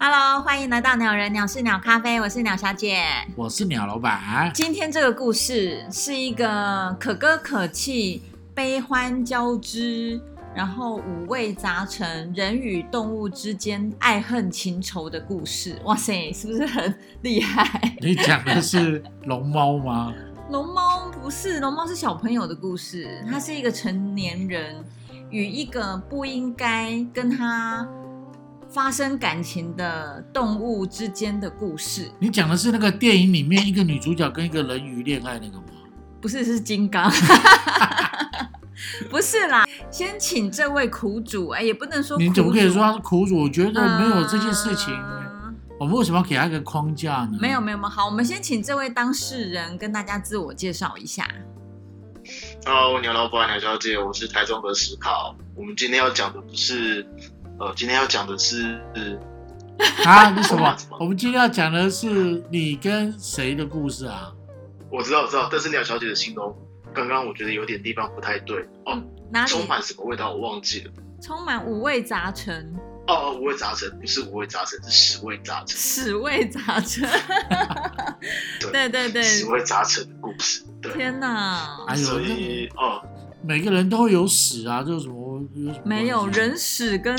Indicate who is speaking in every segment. Speaker 1: Hello，欢迎来到鸟人鸟事鸟咖啡，我是鸟小姐。
Speaker 2: 我是鸟老板。啊
Speaker 1: 今天这个故事是一个可歌可泣、悲欢交织，然后五味杂陈，人与动物之间爱恨情仇的故事。哇塞，是不是很 厉害？
Speaker 2: 你讲的是龙猫吗？
Speaker 1: 龙猫不是龙猫，是小朋友的故事，它是一个成年人与一个不应该跟他发生感情的动物之间的故事。
Speaker 2: 你讲的是那个电影里面一个女主角跟一个人鱼恋爱那个吗？
Speaker 1: 不是是金刚， 不是啦。先请这位苦主，哎，也不能说苦主
Speaker 2: 你怎么可以说她是苦主？我觉
Speaker 1: 啊
Speaker 2: 得没有这件事情，
Speaker 1: 嗯
Speaker 2: 我们为什么要给她一个框架呢？
Speaker 1: 没有没有没有，好，我们先请这位当事人跟大家自我介绍一下。
Speaker 3: Hello，鸟老板、鸟小姐，我是台中的思考。我们今天要讲的不是，呃，今天要讲的是，
Speaker 2: 啊，你什么？我们今天要讲的是你跟谁的故事啊？
Speaker 3: 我知道，我知道，但是鸟小姐的形容，刚刚我觉得有点地方不太对哦，
Speaker 2: 嗯
Speaker 1: 哪里
Speaker 3: 充满什么味道我忘记了。
Speaker 1: 充满五味杂陈，
Speaker 3: 哦哦，五味杂陈不是五味杂陈，是十味杂陈，
Speaker 1: 屎味杂陈。对
Speaker 3: 对
Speaker 1: 对对，
Speaker 3: 十味杂陈的故事。对，
Speaker 1: 天哪，
Speaker 2: 哎呦，
Speaker 3: 所
Speaker 2: 那
Speaker 3: 以哦，
Speaker 2: 每个人都会有屎啊，这有什么有什么关系？
Speaker 1: 没有人屎跟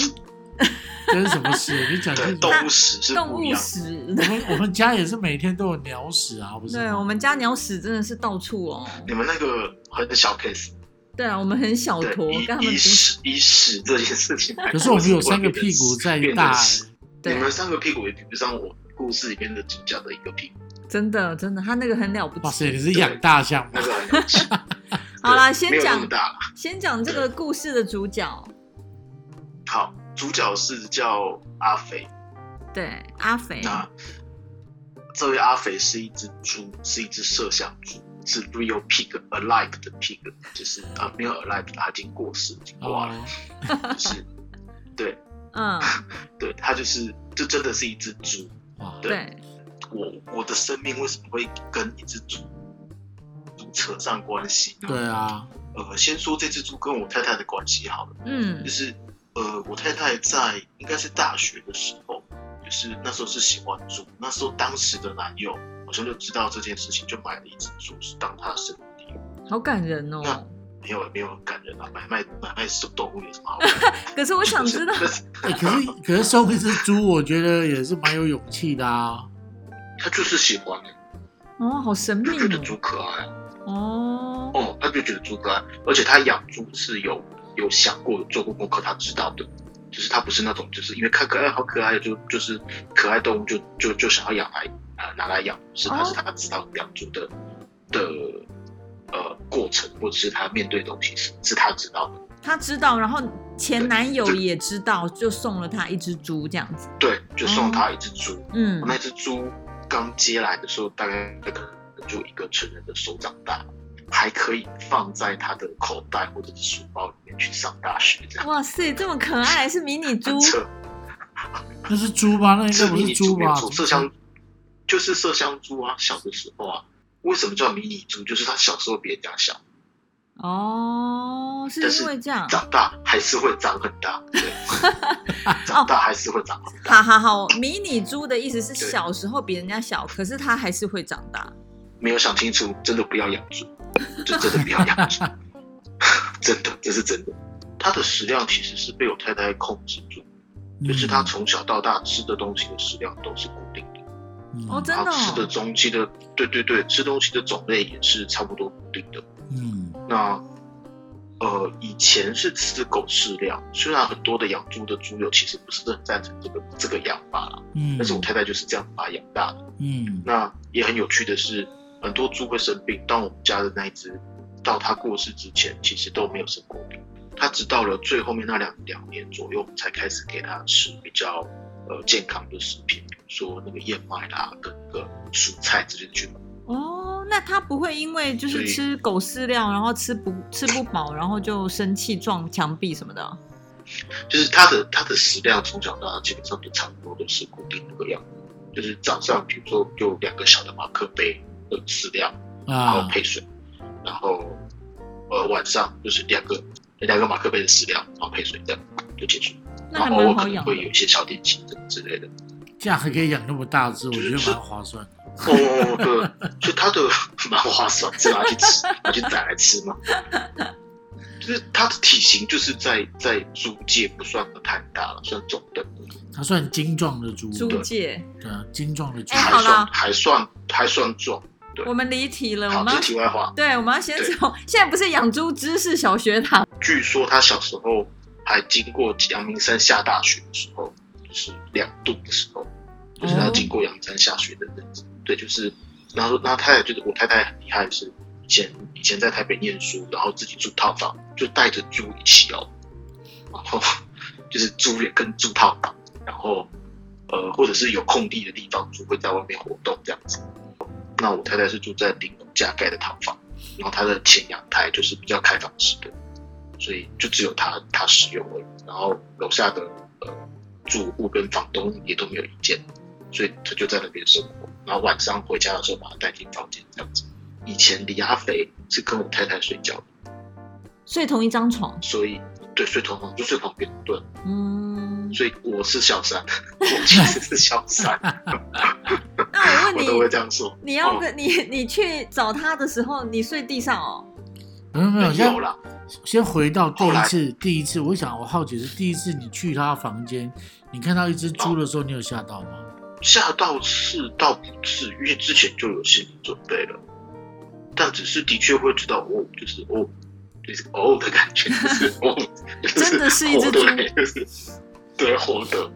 Speaker 2: 跟什么屎？你讲
Speaker 3: 对，
Speaker 2: 清楚
Speaker 3: 动。物屎是
Speaker 1: 动
Speaker 3: 不一
Speaker 1: 物
Speaker 3: 样。
Speaker 1: 屎。
Speaker 2: 我们我们家也是每天都有鸟屎啊，不是吗？
Speaker 1: 对我们家鸟屎真的是到处哦。
Speaker 3: 你们那个很小 case，
Speaker 1: 对啊，我们很小坨，
Speaker 3: 对，
Speaker 1: 跟他们
Speaker 3: 以以
Speaker 1: 比
Speaker 3: 屎以屎这件事情来
Speaker 2: 可
Speaker 3: 说，
Speaker 2: 是我们有三个屁股在
Speaker 3: 变成
Speaker 2: 大，
Speaker 3: 屎
Speaker 1: 对啊
Speaker 3: 你们三个屁股也比不上我故事里面的主角的一个屁股，
Speaker 1: 真的真的，他那个很了不
Speaker 2: 哇塞，
Speaker 1: 起。
Speaker 2: 你是养大象吗
Speaker 3: 那？个很了不 起
Speaker 1: 好啦
Speaker 3: 对
Speaker 1: 先
Speaker 3: 没有那
Speaker 1: 讲
Speaker 3: 么大。
Speaker 1: 先讲这个故事的主角，
Speaker 3: 好，主角是呃叫阿肥，
Speaker 1: 对阿肥，
Speaker 3: 那这位阿肥是一只猪，是一只麝香猪，是 real pig alive 的 pig，就是啊没有 alive，它已经过世，已经 挂了，
Speaker 2: 哦，
Speaker 3: 就是对
Speaker 1: 嗯，
Speaker 3: 对，它就是就真的是一只猪。
Speaker 2: 哇
Speaker 3: 对
Speaker 1: 对，
Speaker 3: 我我的生命为什么会跟一只猪猪扯上关系呢？
Speaker 2: 对啊，
Speaker 3: 呃，先说这只猪跟我太太的关系好了。
Speaker 1: 嗯
Speaker 3: 就是呃，我太太在应该是大学的时候，就是那时候是喜欢猪，那时候当时的男友好像就知道这件事情，就买了一只猪是当他的生日礼物，
Speaker 1: 好感人哦。
Speaker 3: 那没有没有很感人啊，买卖买卖动物有什么好感人的？
Speaker 1: 可是 我想知道，
Speaker 3: 但是
Speaker 2: 哎，可是可是送一只猪，我觉得也是蛮有勇气的啊。
Speaker 3: 他就是喜欢，
Speaker 1: 哦，好神秘
Speaker 3: 就觉得猪可爱啊
Speaker 1: 哦。哦，
Speaker 3: 哦，他就觉得猪可爱，而且他养猪是有有想过、有做过功课，他知道的。就是他不是那种，就是因为看可爱好可爱，就就是可爱动物就就就想要养来啊、拿来养，是他
Speaker 1: 哦
Speaker 3: 是他知道养猪的的呃过程，或者是他面对的东西是是他知道的。
Speaker 1: 他知道，然后前男友也知道，就送了他一只猪这样子。
Speaker 3: 对，就送他一只猪，
Speaker 1: 哦嗯
Speaker 3: 那只猪刚接来的时候，大概可能就一个成人的手掌大，还可以放在他的口袋或者是书包里面去上大学这样。
Speaker 1: 哇塞，这么可爱，是迷你猪
Speaker 3: 很扯，
Speaker 2: 那是猪吗？那应该
Speaker 3: 是
Speaker 2: 不
Speaker 3: 迷
Speaker 2: 是
Speaker 3: 你猪没有
Speaker 2: 吧？
Speaker 3: 错，麝香就是麝香猪啊。小的时候啊，为什么叫迷你猪？就是它小时候比人家小，
Speaker 1: 哦，是因为这样。
Speaker 3: 长大还是会长很大。对，长大还是会长很大，
Speaker 1: 好好好，迷你猪的意思是
Speaker 3: 对
Speaker 1: 小时候比人家小，可是它还是会长大。
Speaker 3: 没有想清楚，真的不要养猪，就真的不要养猪， 真的这是真的。它的食量其实是被我太太控制住，就是它从小到大吃的东西的食量都是固定的，
Speaker 2: 嗯
Speaker 1: 哦，真
Speaker 3: 然
Speaker 1: 的
Speaker 3: 后吃的
Speaker 1: 哦，
Speaker 3: 东西的，对对对，吃东西的种类也是差不多固定的。
Speaker 2: 嗯，
Speaker 3: 那呃，以前是吃狗饲料，虽然很多的养猪的猪友其实不是很赞成这个这个养法啦，
Speaker 2: 嗯，
Speaker 3: 但是我太太就是这样把它养大的。
Speaker 2: 嗯
Speaker 3: 那也很有趣的是，很多猪会生病，但我们家的那一只到它过世之前，其实都没有生过病。它直到了最后面那两两年左右，我们才开始给它吃比较呃健康的食品，比如说那个燕麦啦，跟那个蔬菜之类的去
Speaker 1: 哦，那他不会因为就是
Speaker 3: 对
Speaker 1: 吃狗饲料，然后吃不吃不饱，然后就生气撞墙壁什么的。
Speaker 3: 就是它的它的食量从小到大基本上都差不多都是固定那个样子，就是早上比如说有两个小的马克杯的饲料，然后
Speaker 2: 啊，
Speaker 3: 配水，然后呃晚上就是两个两个马克杯的饲料，然后配水这样就结束。
Speaker 1: 那还
Speaker 3: 然后偶
Speaker 1: 蛮
Speaker 3: 尔
Speaker 1: 好
Speaker 3: 哦可能
Speaker 1: 养
Speaker 3: 会有
Speaker 1: 的。
Speaker 3: 一些小点心之类的。
Speaker 2: 这样还可以养那么大只，我觉得蛮划算。
Speaker 3: 哦，对，所以它的 蛮划算，是拿去吃，拿去宰来吃嘛。就是它的体型就是在在猪界不算太大了，算中等的。
Speaker 2: 它算精壮的猪，
Speaker 1: 租界，
Speaker 2: 对啊，精壮的猪
Speaker 1: 哎。
Speaker 3: 还
Speaker 1: 好
Speaker 3: 算
Speaker 1: 啦
Speaker 3: 还算还算壮。对
Speaker 1: 我们离题了，我
Speaker 3: 好，
Speaker 1: 们
Speaker 3: 这
Speaker 1: 要
Speaker 3: 题外话，
Speaker 1: 对，我们要先
Speaker 3: 对
Speaker 1: 从现在不是养猪知识小学堂，
Speaker 3: 据说他小时候还经过阳明山下大雪的时候，就是两度的时候，就是他经过阳明山下雪的日子。对，就是然后那太太就是我太太很厉害，是以前以前在台北念书，然后自己住套房，就带着猪一起哦，然后就是猪也跟猪套房，然后呃或者是有空地的地方，猪会在外面活动这样子。那我太太是住在顶楼加盖的套房，然后她的前阳台就是比较开放式的，所以就只有她她使用而已。然后楼下的呃住户跟房东也都没有意见，所以他就在那边生活。然后晚上回家的时候把他带进房间这样子。以前李阿肥是跟我太太睡觉的，
Speaker 1: 睡同一张床。
Speaker 3: 所以对睡同房就睡旁边，对，啊
Speaker 1: 嗯，
Speaker 3: 所以我是小三， 我其实是小三，
Speaker 1: 那我问
Speaker 3: 我都会
Speaker 1: 你，
Speaker 3: 这样说。
Speaker 1: 你要
Speaker 3: 哦
Speaker 1: 跟你你去找他的时候，你睡地上哦？
Speaker 2: 没有没有，
Speaker 3: 哎有
Speaker 2: 先
Speaker 3: 啦，
Speaker 2: 先回到第
Speaker 3: 后
Speaker 2: 一
Speaker 3: 来
Speaker 2: 次，第一次，我想我好奇是第一次你去他房间，你看到一只猪的时候，你有吓到吗？
Speaker 3: 吓到是啊倒不至于，因为之前就有心理准备了，但只是的确会知道哦，就是哦，就是哦的感 觉，就是哦，就
Speaker 1: 真的是一只
Speaker 3: 活
Speaker 1: 猪
Speaker 3: 的嘞，就是对活的。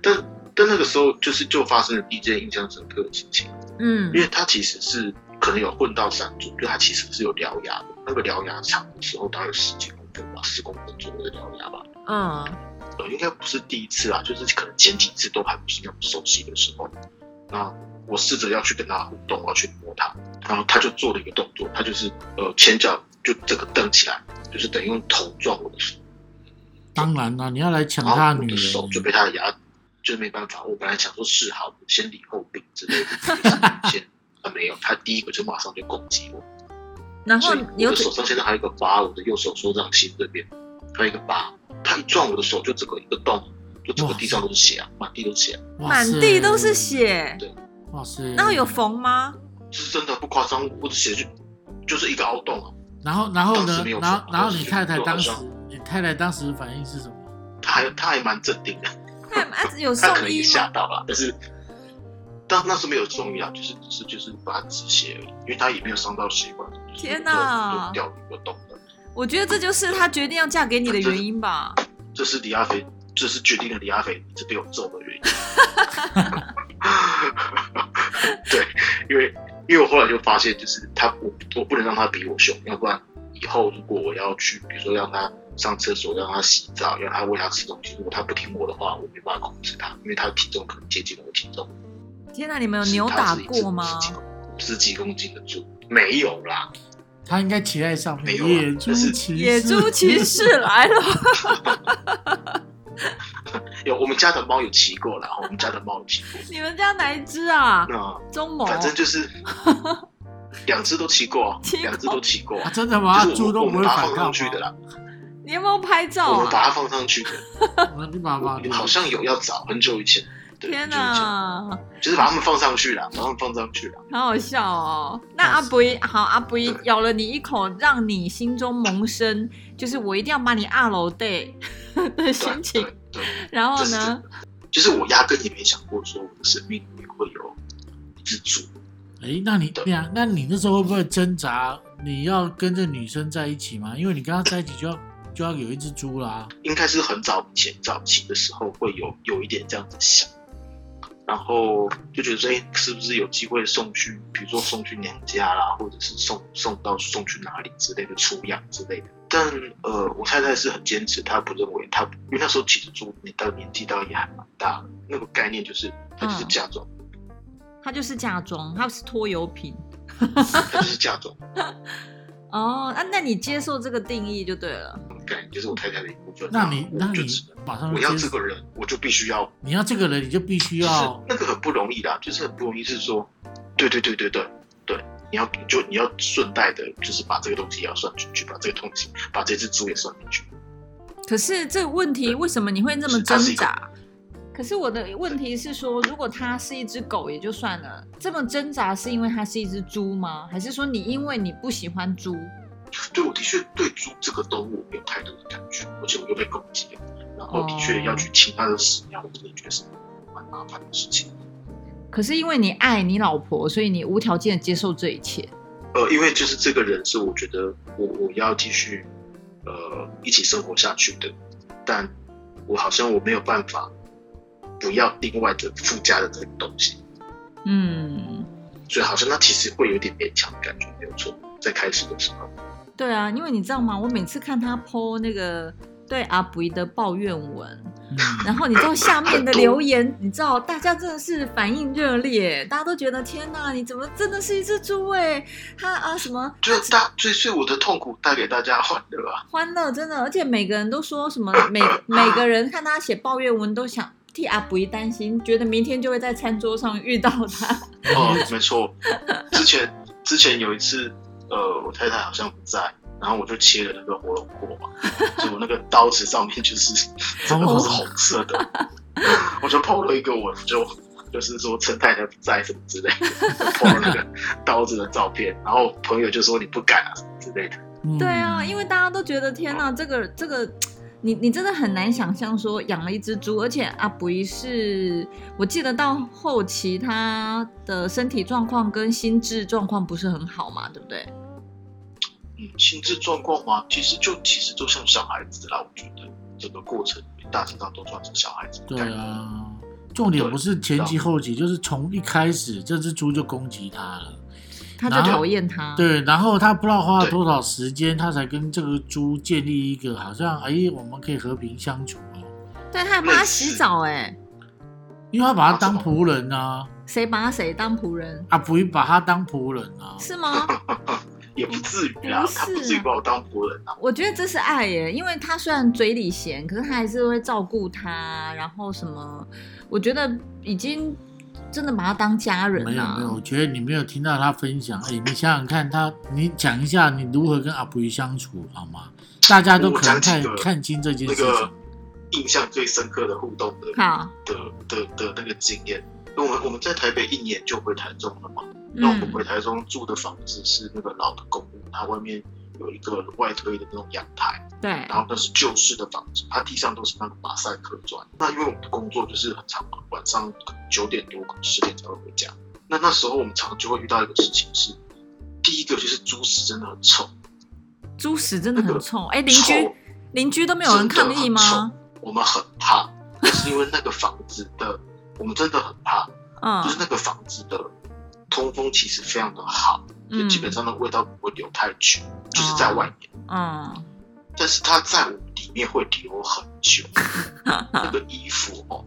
Speaker 3: 但但那个时候就是就发生了第一件印象深刻的事情，
Speaker 1: 嗯
Speaker 3: 因为它其实是可能有混到山猪，就它其实是有獠牙的，那个獠牙长的时候大概有十几公分吧，十公分左右的獠牙吧。
Speaker 1: 嗯，
Speaker 3: 呃，应该不是第一次啊，就是可能前几次都还不是那么熟悉的时候，那我试着要去跟他互动，我要去摸他，然后他就做了一个动作，他就是呃前脚就整个蹬起来，就是等于用头撞我的手，
Speaker 2: 当然啦，你要来抢
Speaker 3: 然后
Speaker 2: 他
Speaker 3: 我
Speaker 2: 女
Speaker 3: 的
Speaker 2: 人，
Speaker 3: 手就被他的牙，就是没办法，我本来想说示好，先礼后兵之类的， 就是先啊没有，他第一个就马上就攻击我，
Speaker 1: 然后
Speaker 3: 所以
Speaker 1: 你有
Speaker 3: 我的手上现在还有一个疤，我的右手手掌心这边还有一个疤，他一撞我的手就整个一个洞，就整个地上都是血啊，满地都是血啊、
Speaker 2: 哇
Speaker 1: 满
Speaker 2: 塞
Speaker 1: 地都是，血，
Speaker 2: 哇塞，
Speaker 1: 然后有缝吗？
Speaker 3: 是真的不夸张，我的血就就是一个凹洞啊。
Speaker 2: 然后然后
Speaker 3: 当
Speaker 2: 呢
Speaker 3: 时没有，
Speaker 2: 然后
Speaker 3: 说
Speaker 2: 然后
Speaker 3: 当时
Speaker 2: 你
Speaker 3: 就
Speaker 2: 太太
Speaker 3: 就好
Speaker 2: 当时
Speaker 3: 像，
Speaker 2: 你太太当时反应是什么？
Speaker 3: 他还他还蛮镇定的，
Speaker 1: 那啊有
Speaker 3: 他可
Speaker 1: 送
Speaker 3: 能也
Speaker 1: 医
Speaker 3: 吓
Speaker 1: 吗？
Speaker 3: 到了，但是但那时候没有中医啊，就是只是就是把他止血而已，因为他也没有伤到血管。就是
Speaker 1: 天哪
Speaker 3: 就掉一个洞了。
Speaker 1: 我觉得这就是他决定要嫁给你的原因吧。
Speaker 3: 这是李亚飞，这是决定了李亚飞一直被我揍的原因。 对，因为因为我后来就发现，就是他我我不能让他比我凶，要不然以后如果我要去，比如说让他上厕所、让他洗澡、让他喂他吃东西，如果他不听我的话，我没办法控制他，因为他的体重可能接近我的体重。
Speaker 1: 天哪，你们有扭打过吗？
Speaker 3: 十几公斤的猪没有啦，
Speaker 2: 他应该骑在上面，
Speaker 3: 没有啊
Speaker 2: 野猪
Speaker 3: 但是
Speaker 2: 骑士，
Speaker 1: 野猪骑士来了，
Speaker 3: 有我们家的猫有骑过啦，我们家的猫有骑 过。
Speaker 1: 你们家哪一只啊？
Speaker 3: 那
Speaker 1: 中某，
Speaker 3: 反正就是两只都骑过啊
Speaker 1: 骑，过
Speaker 3: 两只都骑过啊
Speaker 2: 啊，，真的吗？
Speaker 3: 就是我
Speaker 2: 猪都
Speaker 3: 我
Speaker 2: 不
Speaker 3: 们
Speaker 2: 会
Speaker 3: 把它
Speaker 2: 反
Speaker 3: 放
Speaker 2: 抗
Speaker 3: 上去的啦，
Speaker 1: 你有没有拍照
Speaker 3: 我们把
Speaker 1: 啊？
Speaker 3: 它放 上去的。
Speaker 2: 吗？你把它放进去
Speaker 3: 好像有要找很久以前，对，
Speaker 1: 天
Speaker 3: 很久以前，
Speaker 1: 哪，
Speaker 3: 就是把它们放上去了，把它们放上去了。
Speaker 1: 好好笑哦！那阿布一好，阿布一咬了你一口，让你心中萌生就是我一定要把你二楼对的心
Speaker 3: 对啊
Speaker 1: 情。
Speaker 3: 对对，
Speaker 1: 然后
Speaker 3: 这是
Speaker 1: 呢
Speaker 3: 真，就是我压根也没想过说我的生命里面会有一只猪，
Speaker 2: 哎，那你对啊，那你那时候会不会挣扎？你要跟这女生在一起吗？因为你跟她在一起就要就要有一只猪啦。
Speaker 3: 应该是很早以前早期的时候会有有一点这样子想，然后就觉得说，哎、是不是有机会送去，比如说送去娘家啦，或者是送送到送去哪里之类的出养之类的。但呃，我太太是很坚持，她不认为她，因为那时候其实猪你到年纪到也还蛮大的，那个概念就是她就是嫁妆，
Speaker 1: 他就是嫁妆，他是拖油瓶。
Speaker 3: 他就是嫁妆，
Speaker 1: 哦，那、那你接受这个定义就对了。
Speaker 3: 感就是我太太的一部分。
Speaker 2: 那你
Speaker 3: 我
Speaker 2: 那
Speaker 3: 就
Speaker 2: 你
Speaker 3: 只能
Speaker 2: 马上
Speaker 3: 我
Speaker 2: 就
Speaker 3: 要
Speaker 2: 接
Speaker 3: 这个人，我就必须要，
Speaker 2: 你要这个人，你就必须
Speaker 3: 就是
Speaker 2: 要
Speaker 3: 那个很不容易的啊，就是很不容易，是说，对对对对对对，你要就你要顺带的，就是把这个东西也要算进去，把这个东西，把这只猪也算进去。
Speaker 1: 可是这个问题为什么你会那么挣
Speaker 3: 是它
Speaker 1: 扎？可是我的问题是说，如果它是一只狗也就算了，这么挣扎是因为它是一只猪吗？还是说你因为你不喜欢猪？
Speaker 3: 对我的确对猪这个动物没有太多的感觉，而且我又被攻击了，然后的确要去清它的屎尿，我真的觉得是蛮麻烦的事情。
Speaker 1: 可是因为你爱你老婆，所以你无条件的接受这一切。
Speaker 3: 呃，因为就是这个人是我觉得我我要继续呃一起生活下去的，但我好像我没有办法不要另外的附加的这个东西，
Speaker 1: 嗯，
Speaker 3: 所以好像他其实会有点勉强的感觉，没有错。在开始的时候，
Speaker 1: 对啊，因为你知道吗？我每次看他 PO 那个对阿布的抱怨文，
Speaker 2: 嗯
Speaker 1: 然后你知道下面的留言，你知道大家真的是反应热烈，大家都觉得天哪，你怎么真的是一只猪哎、他啊什么
Speaker 3: 就是大最最我的痛苦带给大家欢乐 啊，
Speaker 1: 欢乐，真的，而且每个人都 说什么，每每个人看他写抱怨文都想替阿布担心，觉得明天就会在餐桌上遇到他。
Speaker 3: 哦，没错，之前之前有一次，呃，我太太好像不在，然后我就切了那个火龙果嘛，所以我那个刀子上面 就是整个都是红色的， 我就剖了一个，我就就是说陈太太不在什么之类的，剖了那个 刀子的照片，然后朋友就说你不敢啊什么之类的，
Speaker 2: 嗯
Speaker 1: 对啊，因为大家都觉得天哪，这个这个，你你真的很难想象说养了一只猪，而且阿布是，我记得到后期他的身体状况跟心智状况不是很好嘛，对不对？
Speaker 3: 嗯，心智状况嘛，其实就其实就像小孩子啦，我觉得整个过程大致上都算是小孩子的
Speaker 2: 对
Speaker 3: 概念。
Speaker 2: 啊，重点不是前期后期，就是从一开始这只猪就攻击他了。
Speaker 1: 他就
Speaker 2: 然后
Speaker 1: 讨厌他。
Speaker 2: 对，然后他不知道花了多少时间，他才跟这个猪建立一个好像哎，我们可以和平相处哦，
Speaker 1: 对，他还帮他洗澡哎、
Speaker 2: 因为他把他当仆人啊，
Speaker 1: 谁把谁当仆人？
Speaker 2: 啊，不把他当仆人啊，
Speaker 1: 是吗？
Speaker 3: 也不至于啦
Speaker 1: 不，是
Speaker 3: 他不至于把我当仆人啊。
Speaker 1: 我觉得这是爱耶，因为他虽然嘴里闲，可是他还是会照顾他，然后什么，我觉得已经真的把他当家人
Speaker 2: 没有
Speaker 1: 了、
Speaker 2: 没有，我觉得你没有听到他分享。哎，你想想看他，你讲一下你如何跟阿布相处好吗？大家都可能看
Speaker 3: 我讲几个
Speaker 2: 看清这件
Speaker 3: 那
Speaker 2: 事
Speaker 3: 个
Speaker 2: 情。
Speaker 3: 印象最深刻的互动的
Speaker 1: 好，
Speaker 3: 的的的那个经验。因为我们我们在台北一年就回台中了嘛，那我们回
Speaker 1: 嗯
Speaker 3: 台中住的房子是那个老的公寓，它外面有一个外推的那种阳台，
Speaker 1: 对，
Speaker 3: 然后那是旧式的房子，它地上都是那个马赛克砖。那因为我们的工作就是很长，晚上九点多十点才会回家。那那时候我们常就会遇到一个事情是，第一个就是猪屎真的很臭，
Speaker 1: 猪屎真的很臭，哎，邻
Speaker 3: 臭
Speaker 1: 居邻居都没有人抗议吗？
Speaker 3: 我们很怕，就是因为那个房子的，我们真的很怕，
Speaker 1: 嗯
Speaker 3: 就是那个房子的通风其实非常的好，就
Speaker 1: 嗯
Speaker 3: 基本上那个味道不会留太久，就是在外面，
Speaker 1: 嗯，
Speaker 3: 但是它在我们里面会留很 久。那个衣服哦，